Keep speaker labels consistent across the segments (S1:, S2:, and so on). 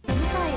S1: 蘭の調和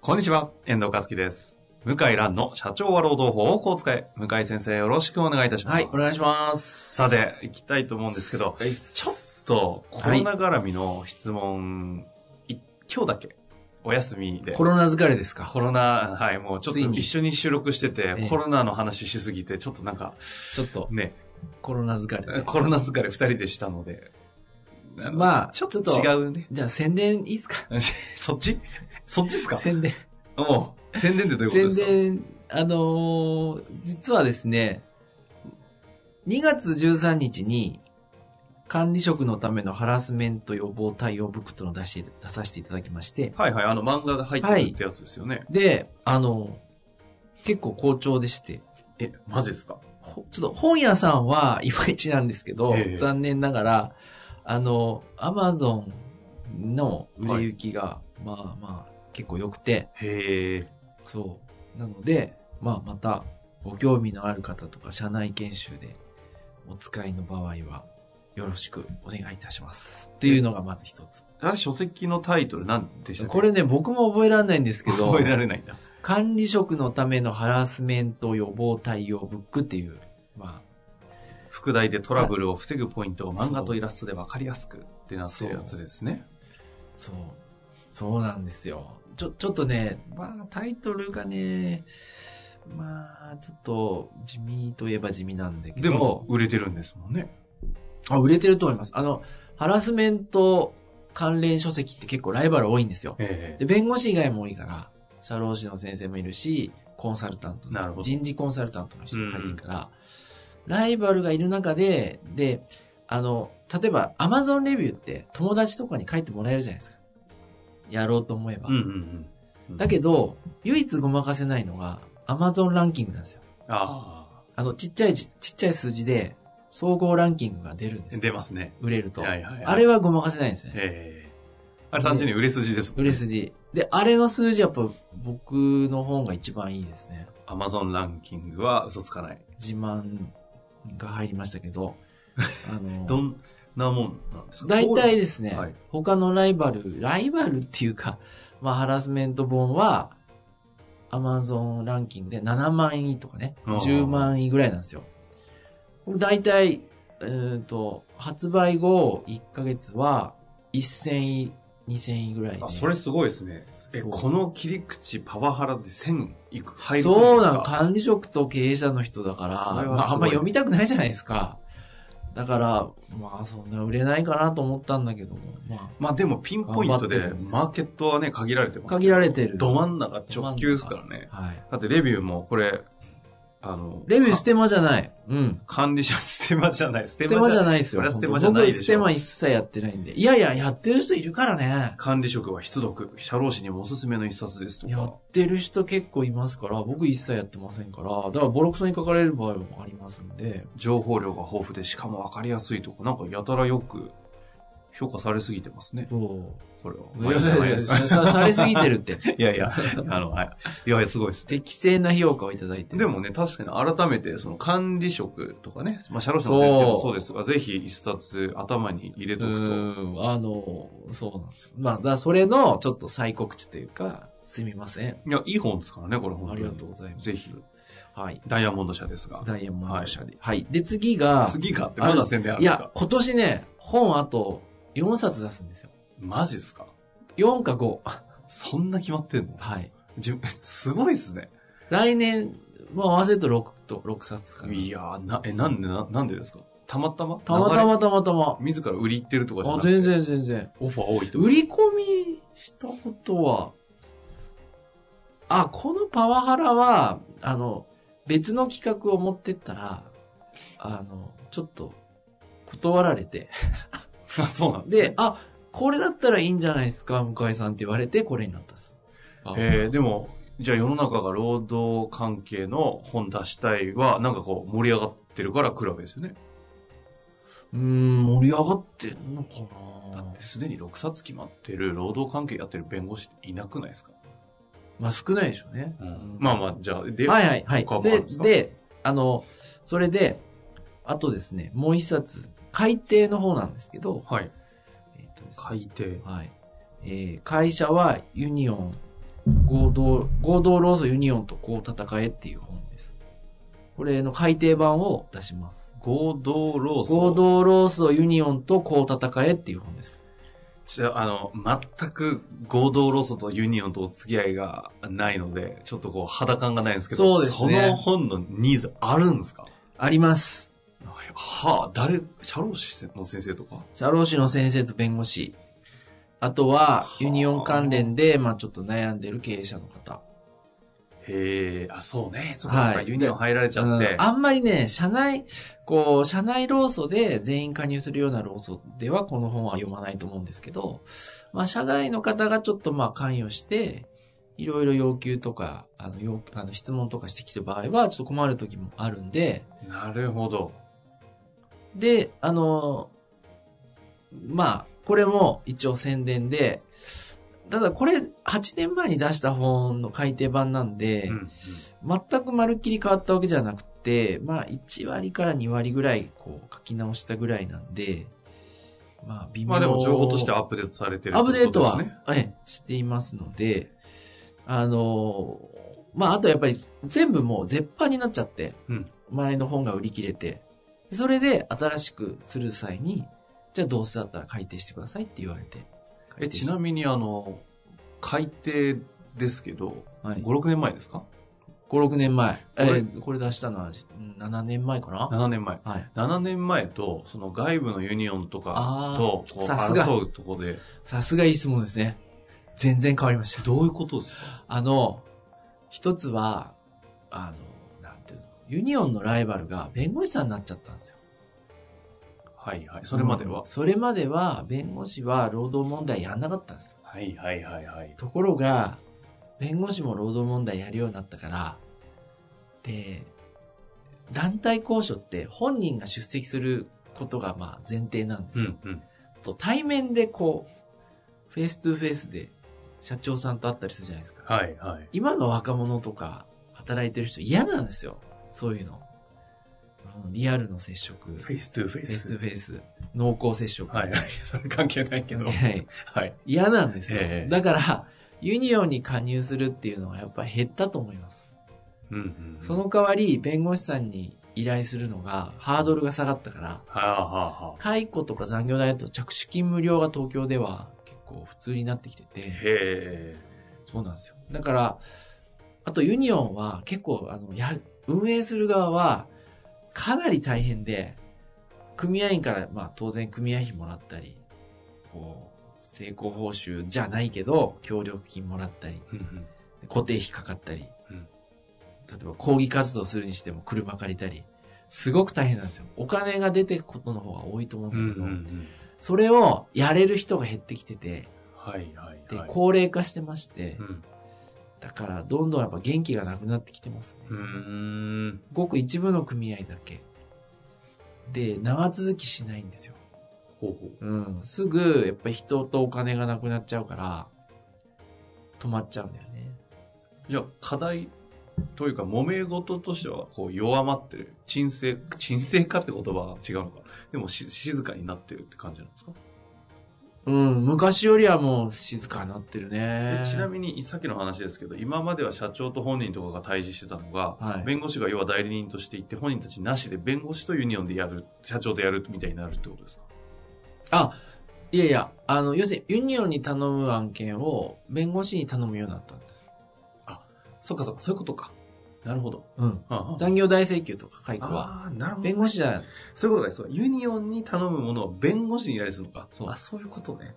S2: こんにちは、遠藤和樹です。向井蘭の社長は労働法をこう使え。向井先生よろしくお願いいたします。
S3: はい、お願いします。
S2: さて、行きたいと思うんですけど、
S3: はい
S2: ちょっとコロナ絡みの質問、い今日だけお休みで。
S3: コロナ疲れですか
S2: コロナ、はい、もうちょっと
S3: ついに
S2: 一緒に収録してて
S3: え、え
S2: コロナの話しすぎて、ちょっとなんか、
S3: ちょっと、
S2: ね、
S3: コロナ疲れ。
S2: コロナ疲れ二人でしたので。なので
S3: まあ
S2: ちょっと
S3: ちょっと
S2: 違うね。
S3: じゃあ宣伝いいっすか
S2: そっちそっちっすか
S3: 宣伝。
S2: おう宣伝ってどういうこと
S3: 宣
S2: ですか
S3: 伝、あのー実はですね、2月13日に、管理職のためのハラスメント予防対応ブックというのを出して、出させていただきまして、
S2: はいはい、あの漫画が入ってるってやつですよね。
S3: で、あの結構好調でして、
S2: え、マジですか
S3: ほちょっと本屋さんはいまいちなんですけど、
S2: ええ
S3: 残念ながら、あの、アマゾンの売れ行きが、まあまあ、結構良くて、
S2: へえ。
S3: そう。なので、まあまた、ご興味のある方とか、社内研修でお使いの場合は、よろしくお願いいたします。っていうのがまず一つ。
S2: あれ書籍のタイトルなんでしたっけ
S3: これね、僕も覚えられないんですけど
S2: 覚、えられないんだ。
S3: 管理職のためのハラスメント予防対応ブックっていう、まあ、
S2: 副題でトラブルを防ぐポイントを漫画とイラストで分かりやすくってなってるやつですね。
S3: そう。そうなんですよ。ちょ、ちょっとね、まあタイトルがね、まあちょっと地味といえば地味なんだけど。
S2: でも、売れてるんですもんね。
S3: あ、売れてると思います。あの、ハラスメント関連書籍って結構ライバル多いんですよ。
S2: ええ
S3: で、弁護士以外も多いから、社労士の先生もいるし、コンサルタント
S2: なるほど
S3: の、人事コンサルタントの人も書いてるから、ライバルがいる中で、で、あの、例えば Amazon レビューって友達とかに書いてもらえるじゃないですか。やろうと思えば。
S2: うんうんうん。
S3: だけど、唯一ごまかせないのが Amazon ランキングなんですよ。
S2: あ
S3: あの、ちっちゃいじ、ちっちゃい数字で、総合ランキングが出るんです
S2: あ、
S3: よ。
S2: 出ますね。
S3: 売れると。
S2: はいはいはい
S3: あれはごまかせないんですね。
S2: ええあれ単純に売れ筋ですも
S3: 売
S2: んね。
S3: れ筋。で、あれの数字やっぱ僕の本が一番いいですね。
S2: アマゾンランキングは嘘つかない。
S3: 自慢が入りましたけど、 あ
S2: ど
S3: の、
S2: んなもんなんですか
S3: 大体
S2: で
S3: ですね、
S2: はい
S3: 他のライバル、ライバルっていうか、まあハラスメント本は、アマゾンランキングで7万位とかね、
S2: あー
S3: 10万位ぐらいなんですよ。僕大体、えーと、発売後1ヶ月は1000位、2000位ぐらいで、
S2: あ、それすごいですね。え、
S3: そう
S2: この切り口パワハラで1000いく、入る
S3: そうな
S2: の
S3: の、管理職と経営者の人だから、
S2: それはすごい
S3: まあ、あんま読みたくないじゃないですか。だから、まあそんな売れないかなと思ったんだけども、ま
S2: まあでもピンポイントで
S3: 頑張ってるんです
S2: マーケットはね限られてますけど
S3: 限られてる
S2: ど真ん中直球ですからね
S3: あ、はい。
S2: だってレビューもこれあの
S3: レビュース
S2: か
S3: テマじゃない。うん。
S2: 管理者ステマじゃないステ
S3: ステマじゃ
S2: い
S3: ないですよ。
S2: これはステマ
S3: 本
S2: じゃ
S3: 当
S2: ないで
S3: 僕
S2: しょ
S3: ステマ一切やってないんで。いやいや、やってる人いるからね。
S2: 管理職は必読社労士にもおすすめの一冊ですと
S3: や
S2: か
S3: ってる人結構いますから、僕一切やってませんから、だからボロクソに書かれる場合もありますんで、
S2: 情報量が豊富でしかも分かりやすいとかなんかやたらよく評価されすぎてますね
S3: そ
S2: これは
S3: う。
S2: まあ
S3: いやいやい や、ささ されすぎてるって。
S2: いやいやあのはいいやいやすごいですね
S3: 適正な評価をいただいてる。
S2: でもね、確かに改めて、その管理職とかね、まあ、社労士の先生もそうですが、ぜひ一冊頭に入れとくと、
S3: うんあの、そうなんですよ。まあ、だからそれのちょっと再告知というか、すみません。
S2: いや、いい本ですからね、これ本当
S3: あ
S2: に。
S3: りがとうございます。
S2: ぜひ、
S3: はい。
S2: ダイヤモンド社ですが。
S3: ダイヤモンド社で。はい。で、次が、
S2: 次かって、まだ宣伝ある
S3: い
S2: んです
S3: や
S2: か、
S3: 今年ね、本あと4冊出すんですよ。
S2: マジですか
S3: 4か5。
S2: そんな決まってんの
S3: はい。
S2: 自分、すごいっすね。
S3: 来年、まあ合わせると6と、6冊かな。
S2: いやー、な、え、なんで、ななんでですかたまたま
S3: たまた
S2: 流れ
S3: またまたま。
S2: 自ら売り行ってるとかじゃ
S3: あ
S2: な、くて
S3: 全然全然。
S2: オファー多いと。
S3: 売り込みしたことは、あ、このパワハラは、あの、別の企画を持ってったら、あの、ちょっと、断られて。
S2: あ、そうなんですね
S3: で、あ、これだったらいいんじゃないですか、向井さんって言われて、これになったんです。
S2: えー、でも、じゃあ世の中が労働関係の本出したいは、なんかこう盛り上がってるから来るわけですよね。
S3: うーん、盛り上がってんのか
S2: だ
S3: な
S2: ってすでに6冊決まってる労働関係やってる弁護士っていなくないですか、
S3: まあ少ないでしょうね。
S2: まあまあ、じゃあ、で、
S3: はいはいはい
S2: 他。もある
S3: で
S2: んです、か
S3: で、あの、それで、あとですね、もう一冊、改訂の方なんですけど、
S2: はい。
S3: えっとですね
S2: 改定。
S3: はい。えー会社はユニオン、合同、合同労組ユニオンとこう戦えっていう本です。これの改訂版を出します。
S2: 合同労組。
S3: 合同労組ユニオンとこう戦えっていう本です。
S2: じゃあ、あの、全く合同労組とユニオンとお付き合いがないので、ちょっとこう肌感がないんですけど、
S3: そうですね
S2: その本のニーズあるんですか
S3: あります。
S2: はあ、誰、社労士の先生とか
S3: 社労士の先生と弁護士。あとは
S2: はあ、
S3: ユニオン関連で、まあちょっと悩んでる経営者の方。
S2: へえ、あ、そうね。そっかそっか、
S3: はい
S2: ユニオン入られちゃ
S3: う
S2: っ
S3: ん
S2: て。
S3: あんまりね、社内、こう、社内労組で全員加入するような労組ではこの本は読まないと思うんですけど、まあ、社内の方がちょっとまあ関与して、いろいろ要求とか、あの、要あの質問とかしてきた場合は、ちょっと困る時もあるんで、
S2: なるほど。
S3: で、あの、まあ、これも一応宣伝で、ただこれ8年前に出した本の改訂版なんで、
S2: うんうん
S3: 全くまるっきり変わったわけじゃなくて、まあ1割から2割ぐらいこう書き直したぐらいなんで、まあ微妙
S2: まあでも情報としてアップデートされてる
S3: アップデート
S2: っ
S3: は、
S2: てことですね
S3: ええしていますので、あのーまああとやっぱり全部もう絶版になっちゃって、
S2: うん
S3: 前の本が売り切れて、それで新しくする際に、じゃあどうせだったら改訂してくださいって言われて。
S2: え、ちなみにあの、改定ですけど、
S3: みはい
S2: 5、、6年前ですか
S3: 5、6年前。え
S2: れ
S3: えこれ出したのはうん7年前かな
S2: ?7 年前。
S3: はい。
S2: 7年前と、その外部のユニオンとか
S3: あー
S2: と、こう
S3: さすが
S2: 争うとこで、
S3: さすがいい質問ですね。全然変わりました。
S2: どういうことですか
S3: あの、一つは、あの、なんていうの、ユニオンのライバルが弁護士さんになっちゃったんですよ。
S2: はいはい。それまでは
S3: うん。それまでは、弁護士は労働問題やんなかったんですよ。
S2: はいはいはいはい。
S3: ところが、弁護士も労働問題やるようになったから、で、団体交渉って本人が出席することがまあ前提なんで
S2: う
S3: すよ。
S2: んうん。
S3: と対面でこう、フェイストゥフェイスで社長さんと会ったりするじゃないですか。
S2: はいはい。
S3: 今の若者とか働いてる人嫌なんですよ。そういうの。うんリアルの接触。フ
S2: フェイストゥフェイ
S3: ェイス
S2: ス
S3: ト。フェイス。濃厚接触。
S2: はいはい。それ関係ないけど。
S3: はい
S2: はい。
S3: 嫌なんですよ。
S2: ええ
S3: だから、ユニオンに加入するっていうのはやっぱ減ったと思います。
S2: うんうんうん。
S3: そ、の代わり、弁護士さんに依頼するのがハードルが下がったから、
S2: はあはあはあ。
S3: 解雇とか残業代だと着手金無料が東京では結構普通になってきてて。
S2: へ
S3: そうなんですよ。だから、あとユニオンは結構、あの、やる、運営する側は、かなり大変で、組合員から、まあ当然組合費もらったり、こう、成功報酬じゃないけど、協力金もらったり、
S2: え。うん
S3: 固定費かかったり、
S2: うん
S3: 例えば抗議活動するにしても車借りたり、すごく大変なんですよ。お金が出てくことの方が多いと思う
S2: うん
S3: んだけ
S2: うん
S3: ど、
S2: うん。
S3: それをやれる人が減ってきてて、
S2: はいはい
S3: で
S2: は、い。
S3: 高齢化してまして、
S2: うん。
S3: だから、どんどんやっぱ元気がなくなってきてます
S2: う
S3: ね。
S2: ーん。
S3: ごく一部の組合だけ。で、長続きしないんですよ。
S2: ほうほう。
S3: うん。すぐ、やっぱ人とお金がなくなっちゃうから、止まっちゃうんだよね。
S2: じゃあ、課題というか、揉め事としては、こう、弱まってる。沈静、沈静化って言葉が違うのか。でもし、静かになってるって感じなんですか
S3: うん。昔よりはもう静かになってるね
S2: で。ちなみにさっきの話ですけど今までは社長と本人とかが対峙してたのが、
S3: はい
S2: 弁護士が要は代理人として行って本人たちなしで弁護士とユニオンでやる社長とやるみたいになるってことですか
S3: いやいや、あの、要するにユニオンに頼む案件を弁護士に頼むようになったんだ。
S2: そっかそっかそういうことかなるほど、
S3: うん。
S2: はあ
S3: 残業代請求とか解雇は、
S2: あーなるほど
S3: 弁護士じゃ、
S2: そういうことかそうユニオンに頼むものを弁護士に依頼するのか
S3: そう
S2: あそういうことね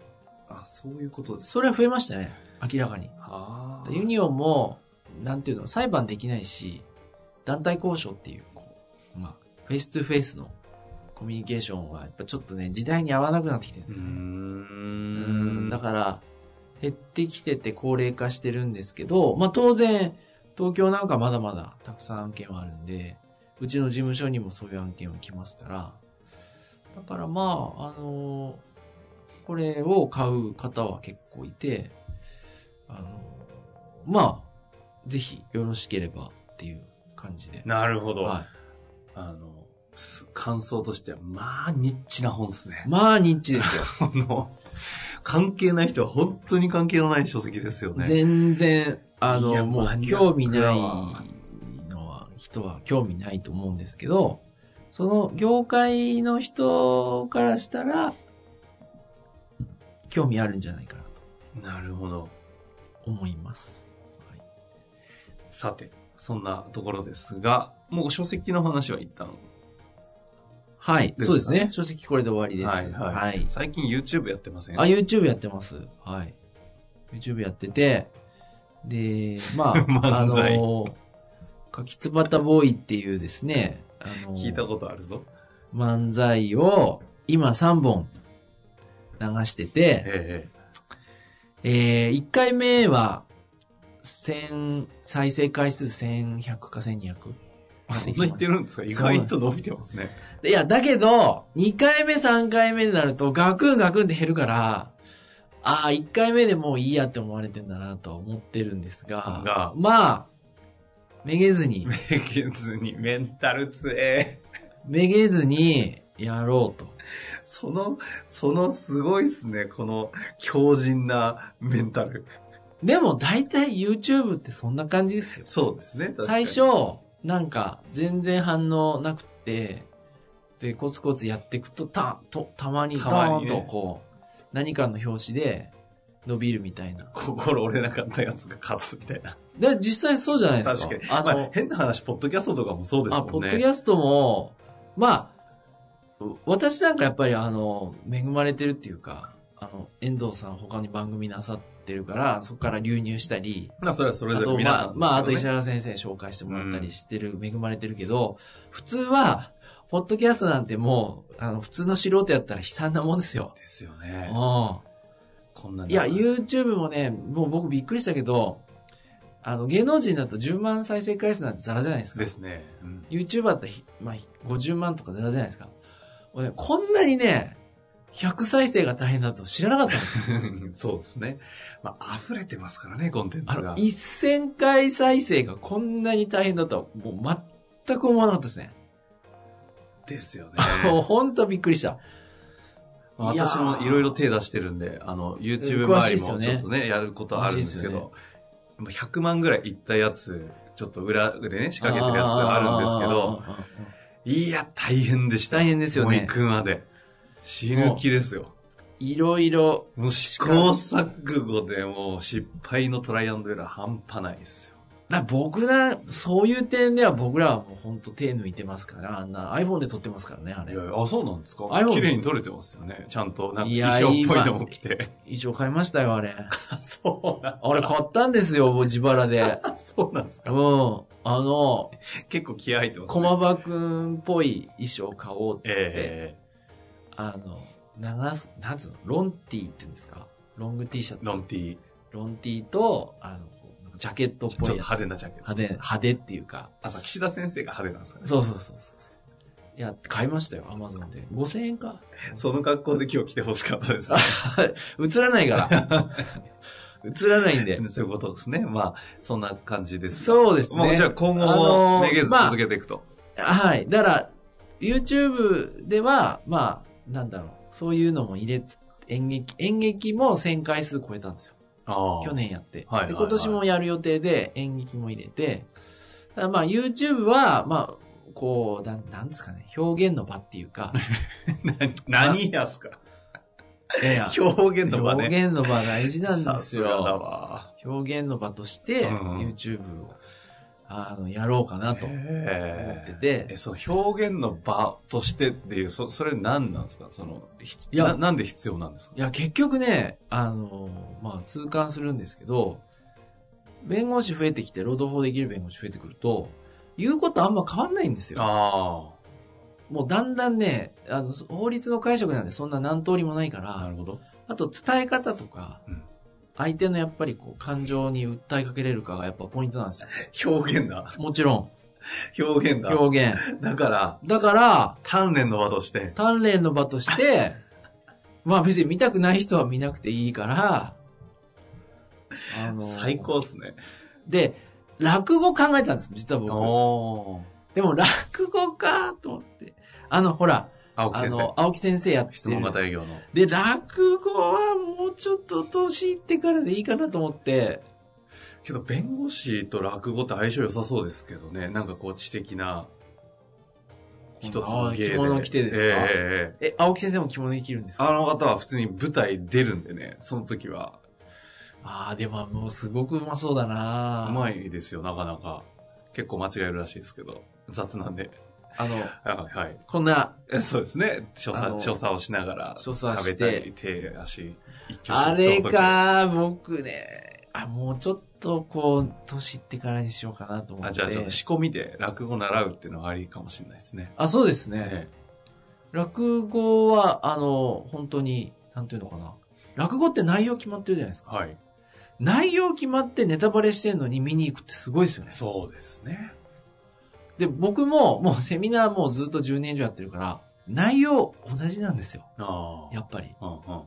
S2: あそういうことです
S3: それは増えましたね。明らかに。
S2: あ
S3: ユニオンも、なんていうの、裁判できないし、団体交渉っていう、こうまあ、フェイストゥフェイスのコミュニケーションは、やっぱちょっとね、時代に合わなくなってきてる
S2: うー
S3: うんうんだから、減ってきてて高齢化してるんですけど、まあ当然、東京なんかまだまだたくさん案件はあるんで、うちの事務所にもそういう案件は来ますから、だからまあ、あの、これを買う方は結構いて、あの、まあ、ぜひよろしければっていう感じで。
S2: なるほど。
S3: は
S2: あの、す感想としては、まあ、ニッチな本ですね
S3: い。。まあ、ニッチですよ。
S2: あの、関係ない人は本当に関係のない書籍ですよね。
S3: 全然、あ
S2: いや
S3: の、も
S2: マ
S3: う
S2: ニアックだわ
S3: 興味ないのは、人は興味ないと思うんですけど、その業界の人からしたら、興味あるんじゃないかなと
S2: なるほど。
S3: 思います。はい
S2: さて、そんなところですが、もう書籍の話は一旦。
S3: はい、
S2: ですか
S3: そうですね。書籍これで終わりです。
S2: はいはい
S3: はい
S2: 最近 YouTube やってません
S3: あ、YouTube やってます。はい。YouTube やってて、で、まあ、あ
S2: 漫才
S3: の、かきつばたボーイっていうですね、あの、
S2: 聞いたことあるぞ。
S3: 漫才を今3本流してて、
S2: え
S3: えー、1回目は、1000、再生回数1100か1200。
S2: えそんな言ってるんですか意
S3: そうなん
S2: 外と伸びてますね。
S3: いや、だけど、2回目、3回目になると、ガクンガクンって減るから、ああ、1回目でもういいやって思われてんだなとは思ってるんですが、
S2: が
S3: まあ、めげずに、
S2: めげずにメンタル強え。
S3: めげずにやろうと。
S2: その、そのすごいっすね。この強靭なメンタル。
S3: でも、大体 YouTube ってそんな感じですよ。
S2: そうですね。確か
S3: 最
S2: に
S3: 初、なんか、全然反応なくて、で、コツコツやっていくと、た、と、たまに、ド
S2: たま
S3: ー
S2: に
S3: ン
S2: ね
S3: と、こう、何かの表紙で伸びるみたいな。
S2: 心折れなかったやつが勝つみたいな。
S3: で、実際そうじゃないです
S2: 確
S3: か。
S2: かに。ま
S3: あの、
S2: あ、変な話、ポッドキャストとかもそうですもん
S3: あ、
S2: ね。
S3: ポッドキャストも、まあ、う私なんかやっぱりあの、恵まれてるっていうか、あの、遠藤さん他に番組なさってるから、そこから流入したり、
S2: まあ、それはそれ
S3: あ
S2: ぞれ
S3: と、
S2: 皆
S3: ま
S2: さん
S3: あ
S2: で、す
S3: まあ、あと
S2: よ
S3: 石
S2: ね
S3: 原先生紹介してもらったりしてる、恵まれてるけど、普通は、ポッドキャストなんてもう、あの、普通の素人やったら悲惨なもんですよ。
S2: ですよ
S3: う
S2: ね。
S3: ん。
S2: こんなに
S3: いや、YouTube もね、もう僕びっくりしたけど、あの、芸能人だと10万再生回数なんてザラじゃないですか。
S2: ですね。うん。
S3: YouTuber だったらひ、まあ、ひ50万とかザラじゃないですか。俺ね、こんなにね、100再生が大変だと知ら なかったんですよ
S2: そうですね。まあ、溢れてますからね、コンテン
S3: あ
S2: ツ
S3: の、
S2: が。
S3: 1000回再生がこんなに大変だとは、もう全く思わなかったですね。
S2: ですよね。
S3: もうほんとびっくりした。
S2: まあ
S3: いやー
S2: 私もいろいろ手出してるんで、あの、YouTube
S3: 詳し
S2: 周
S3: いっ
S2: り
S3: すよ
S2: も
S3: ね
S2: ちょっとね、やることはあるんですけ
S3: 詳しい
S2: ど、
S3: っす
S2: もう100万ぐらいいったやつ、ちょっと裏でね、仕掛けてるやつがあるんですけど、
S3: あー。
S2: いや、大変でした。
S3: 大変ですよね
S2: もう行くまで。死ぬ気ですよ。
S3: いろいろ、
S2: もう試行錯誤でもう失敗のトライアンドエラー半端ないですよ。
S3: だから僕ら、そういう点では僕らはもうほんと手抜いてますから、あんな iPhone で撮ってますからね、あれ。
S2: いや、あ、そうなんですか
S3: iPhone
S2: 綺麗に撮れてますよね。ちゃんと、なんか
S3: い
S2: 衣
S3: や
S2: 装っぽいのも着て。
S3: 一応買いましたよ、あれ。
S2: そうな、
S3: あれ買ったんですよ、もう自腹で。
S2: そうなんです
S3: う
S2: か
S3: ん。あの、
S2: 結構気合入ってます、ね。
S3: 駒場くんっぽい衣装を買おうっつって、
S2: え
S3: あの、長す、なんつうの、ロンティーって言うんですかロング T シャ
S2: え
S3: ツ。
S2: ロンティー。
S3: ロンティーと、あの、こうなんかジャケットっ
S2: ちょっ
S3: ぽ
S2: と
S3: いやつ。
S2: 派手なジャケット。
S3: 派手、派手っていうか。
S2: あ、そう、岸田先生が派手なんですかね。
S3: そうそうそうそう。いや、買いましたよ、アマゾンで。5000円か。
S2: その格好で今日来てほしかった です、ね。
S3: 映らないから。 映らないんで。
S2: そういうことですね。まあ、そんな感じです。
S3: そうです
S2: もう
S3: ね
S2: じゃあ。今後
S3: あ
S2: も
S3: のー
S2: めげず
S3: まあ
S2: 続けていくと。
S3: はい。だから、YouTube では、まあ、なんだろう。そういうのも入れつ、演劇、演劇も1000回数超えたんですよ。
S2: ああ
S3: 去。年やって。
S2: はいはい
S3: で
S2: はい
S3: 今年もやる予定で演劇も入れて、ただまあ YouTube は、まあ、こう、なんなんですかね、表現の場ってい うか、
S2: 何やっすか
S3: いやいや
S2: 表現の場ね。
S3: 表現の場大事なんで
S2: さ
S3: す
S2: すがだ
S3: よ。
S2: わ。
S3: 表現の場として、
S2: うん
S3: YouTube を、あの、やろうかなと思
S2: え
S3: って
S2: え
S3: て、
S2: え、その表現の場としてっていう、そ、それ何なんですかその、ひつ
S3: いや
S2: な、なんで必要なんですか
S3: いや、結局ね、あの、まあ、痛感するんですけど、弁護士増えてきて、労働法できる弁護士増えてくると、言うことあんま変わんないんですよ。
S2: あ
S3: もうだんだんね、あの、そ法律の解釈なんてそんな何通りもないか
S2: あ。な
S3: ら、
S2: るほど。
S3: あと伝え方とか、
S2: うん
S3: 相手のやっぱりこう感情に訴えかけれるかがやっぱポイントなんですよ。
S2: 表現だ。
S3: もちろ
S2: 表現
S3: ん、
S2: だ。
S3: 表現。
S2: だから、
S3: だから、
S2: 鍛錬の場として、
S3: 鍛錬の場として、 まあ別に見たくない人は見なくていいから、あの
S2: 最。高っすね。
S3: で、落語考えたんです、実は僕。
S2: おー。
S3: でも落語かと思って。あの、ほら、
S2: 青木
S3: あ
S2: 先
S3: の
S2: 生、。
S3: 青木先生やってる。
S2: 質問型営業の。
S3: で、落語はもうちょっと年いってからでいいかなと思って、
S2: けど、弁護士と落語って相性良さそうですけどね。なんかこう、知的な、一つの芸で。
S3: あー着物着てですか
S2: ええええええ
S3: え、青木先生も着物に着るんですか
S2: あの方は普通に舞台出るんでね、その時は。
S3: ああ、でももうすごくうまそうだな
S2: うまいですよ、なかなか。結構間違えるらしいですけど。雑なんで。
S3: あの、
S2: はい、はい。
S3: こんな、
S2: えそうですね。所
S3: あの
S2: 作、所作をしながら。
S3: 所作して
S2: 食べたり、手、足、一挙
S3: あ
S2: 手一
S3: れ
S2: 投足。
S3: か、僕ね、あ、もうちょっとこう、年いってからにしようかなと思って。
S2: あ、じゃあ、ちょっと仕込みで落語習うっていうのはありかもしれないですね。
S3: あそうですね。
S2: え
S3: 落語は、あの、本当に、なんていうのかな。落語って内容決まってるじゃないです
S2: え
S3: か。
S2: はい。
S3: 内容決まってネタバレしてんのに見に行くってすごいですよね。
S2: そうですね。
S3: で、僕も、もうセミナーもうずっと10年以上やってるから、内容同じなんですよ。
S2: ああ。
S3: やっぱり。
S2: うん うん。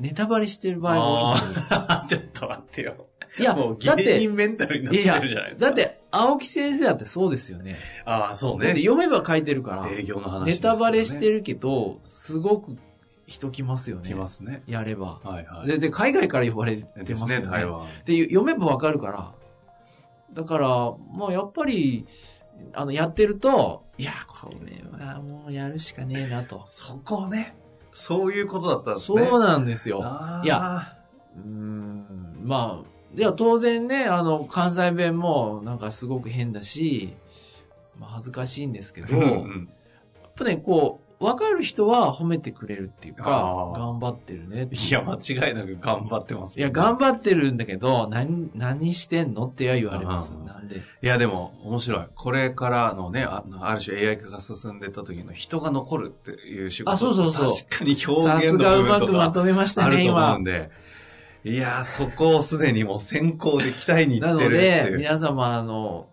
S3: ネタバレしてる場合も多いんですよ
S2: ちょっと待ってよ。
S3: い や、
S2: もう
S3: だっ
S2: 芸
S3: て、
S2: 人メンタルになっ
S3: い
S2: て
S3: や
S2: るじゃないですか。
S3: だっ、て、青木先生だってそうですよね。
S2: ああ、そう
S3: だっ
S2: ね
S3: て。読めば書いてるから、
S2: 営業の話で
S3: ネ
S2: すから
S3: タ
S2: ね。
S3: バレしてるけど、すごく人来ますよね。
S2: きますね。
S3: やれば。
S2: はいはい。
S3: で、で海外から呼ばれてます
S2: で
S3: よ
S2: す
S3: ね。
S2: ね、台湾。
S3: で、読めばわかるから。だから、まあやっぱり、あの、やってると、いや、これはもうやるしかねえなと。
S2: そこね。そういうことだったんです
S3: そう
S2: ね。
S3: なんですよ。
S2: ないや。
S3: うーん、まあ、いや、当然ね、あの、関西弁もなんかすごく変だし、まあ恥ずかしいんですけど、
S2: うんう
S3: や
S2: ん。
S3: っぱね、こう、わかる人は褒めてくれるっていうか、
S2: あー
S3: 頑張ってるねって
S2: いや、間違いなく頑張ってます、
S3: いや、頑張ってるんだけど、何、何してんのっては言われます。
S2: うん
S3: なんで。
S2: いや、でも、面白い。これからのね、あある種 AI 化が進んでった時の人が残るっていう仕事
S3: あそうそうそう
S2: 確かに
S3: さ
S2: 表
S3: す
S2: 現
S3: が
S2: の
S3: う
S2: 部分
S3: ま
S2: と
S3: くま
S2: か
S3: とめました
S2: ある
S3: ね、
S2: と思う
S3: 今
S2: ん。で。いや、そこをすでにもう先行で期待に
S3: な
S2: 行って
S3: の
S2: るって
S3: で、
S2: いう。
S3: 皆様、あの、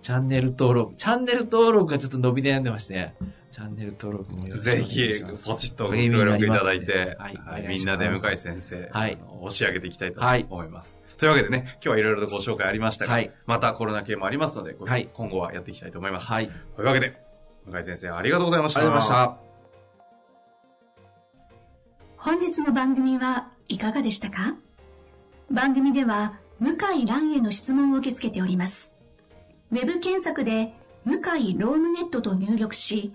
S3: チャンネル登録、チャンネル登録がちょっと伸び悩んでまして、チャンネル登録もよろしく
S2: ぜ
S3: お願い
S2: ひ
S3: しま、す
S2: ポチッとご協力いただいて、
S3: 励みになりますねはい
S2: はい
S3: お願い
S2: み
S3: し
S2: ん
S3: ます
S2: なで向井先生、
S3: はい
S2: あの押し上げていきたいと思います。というわけでね、今日はいろいろとご紹介ありましたが、
S3: はい
S2: またコロナ系もありますので、こ
S3: はい
S2: 今後はやっていきたいと思います。
S3: はい。ありが
S2: というわけで、向井先生、ありがとうございまし
S3: と
S2: た。
S3: うございました。
S4: 本日の番組はいかがでしたか番組では向井蘭への質問を受け付けております。ウェブ検索で向井ロームネットと入力し、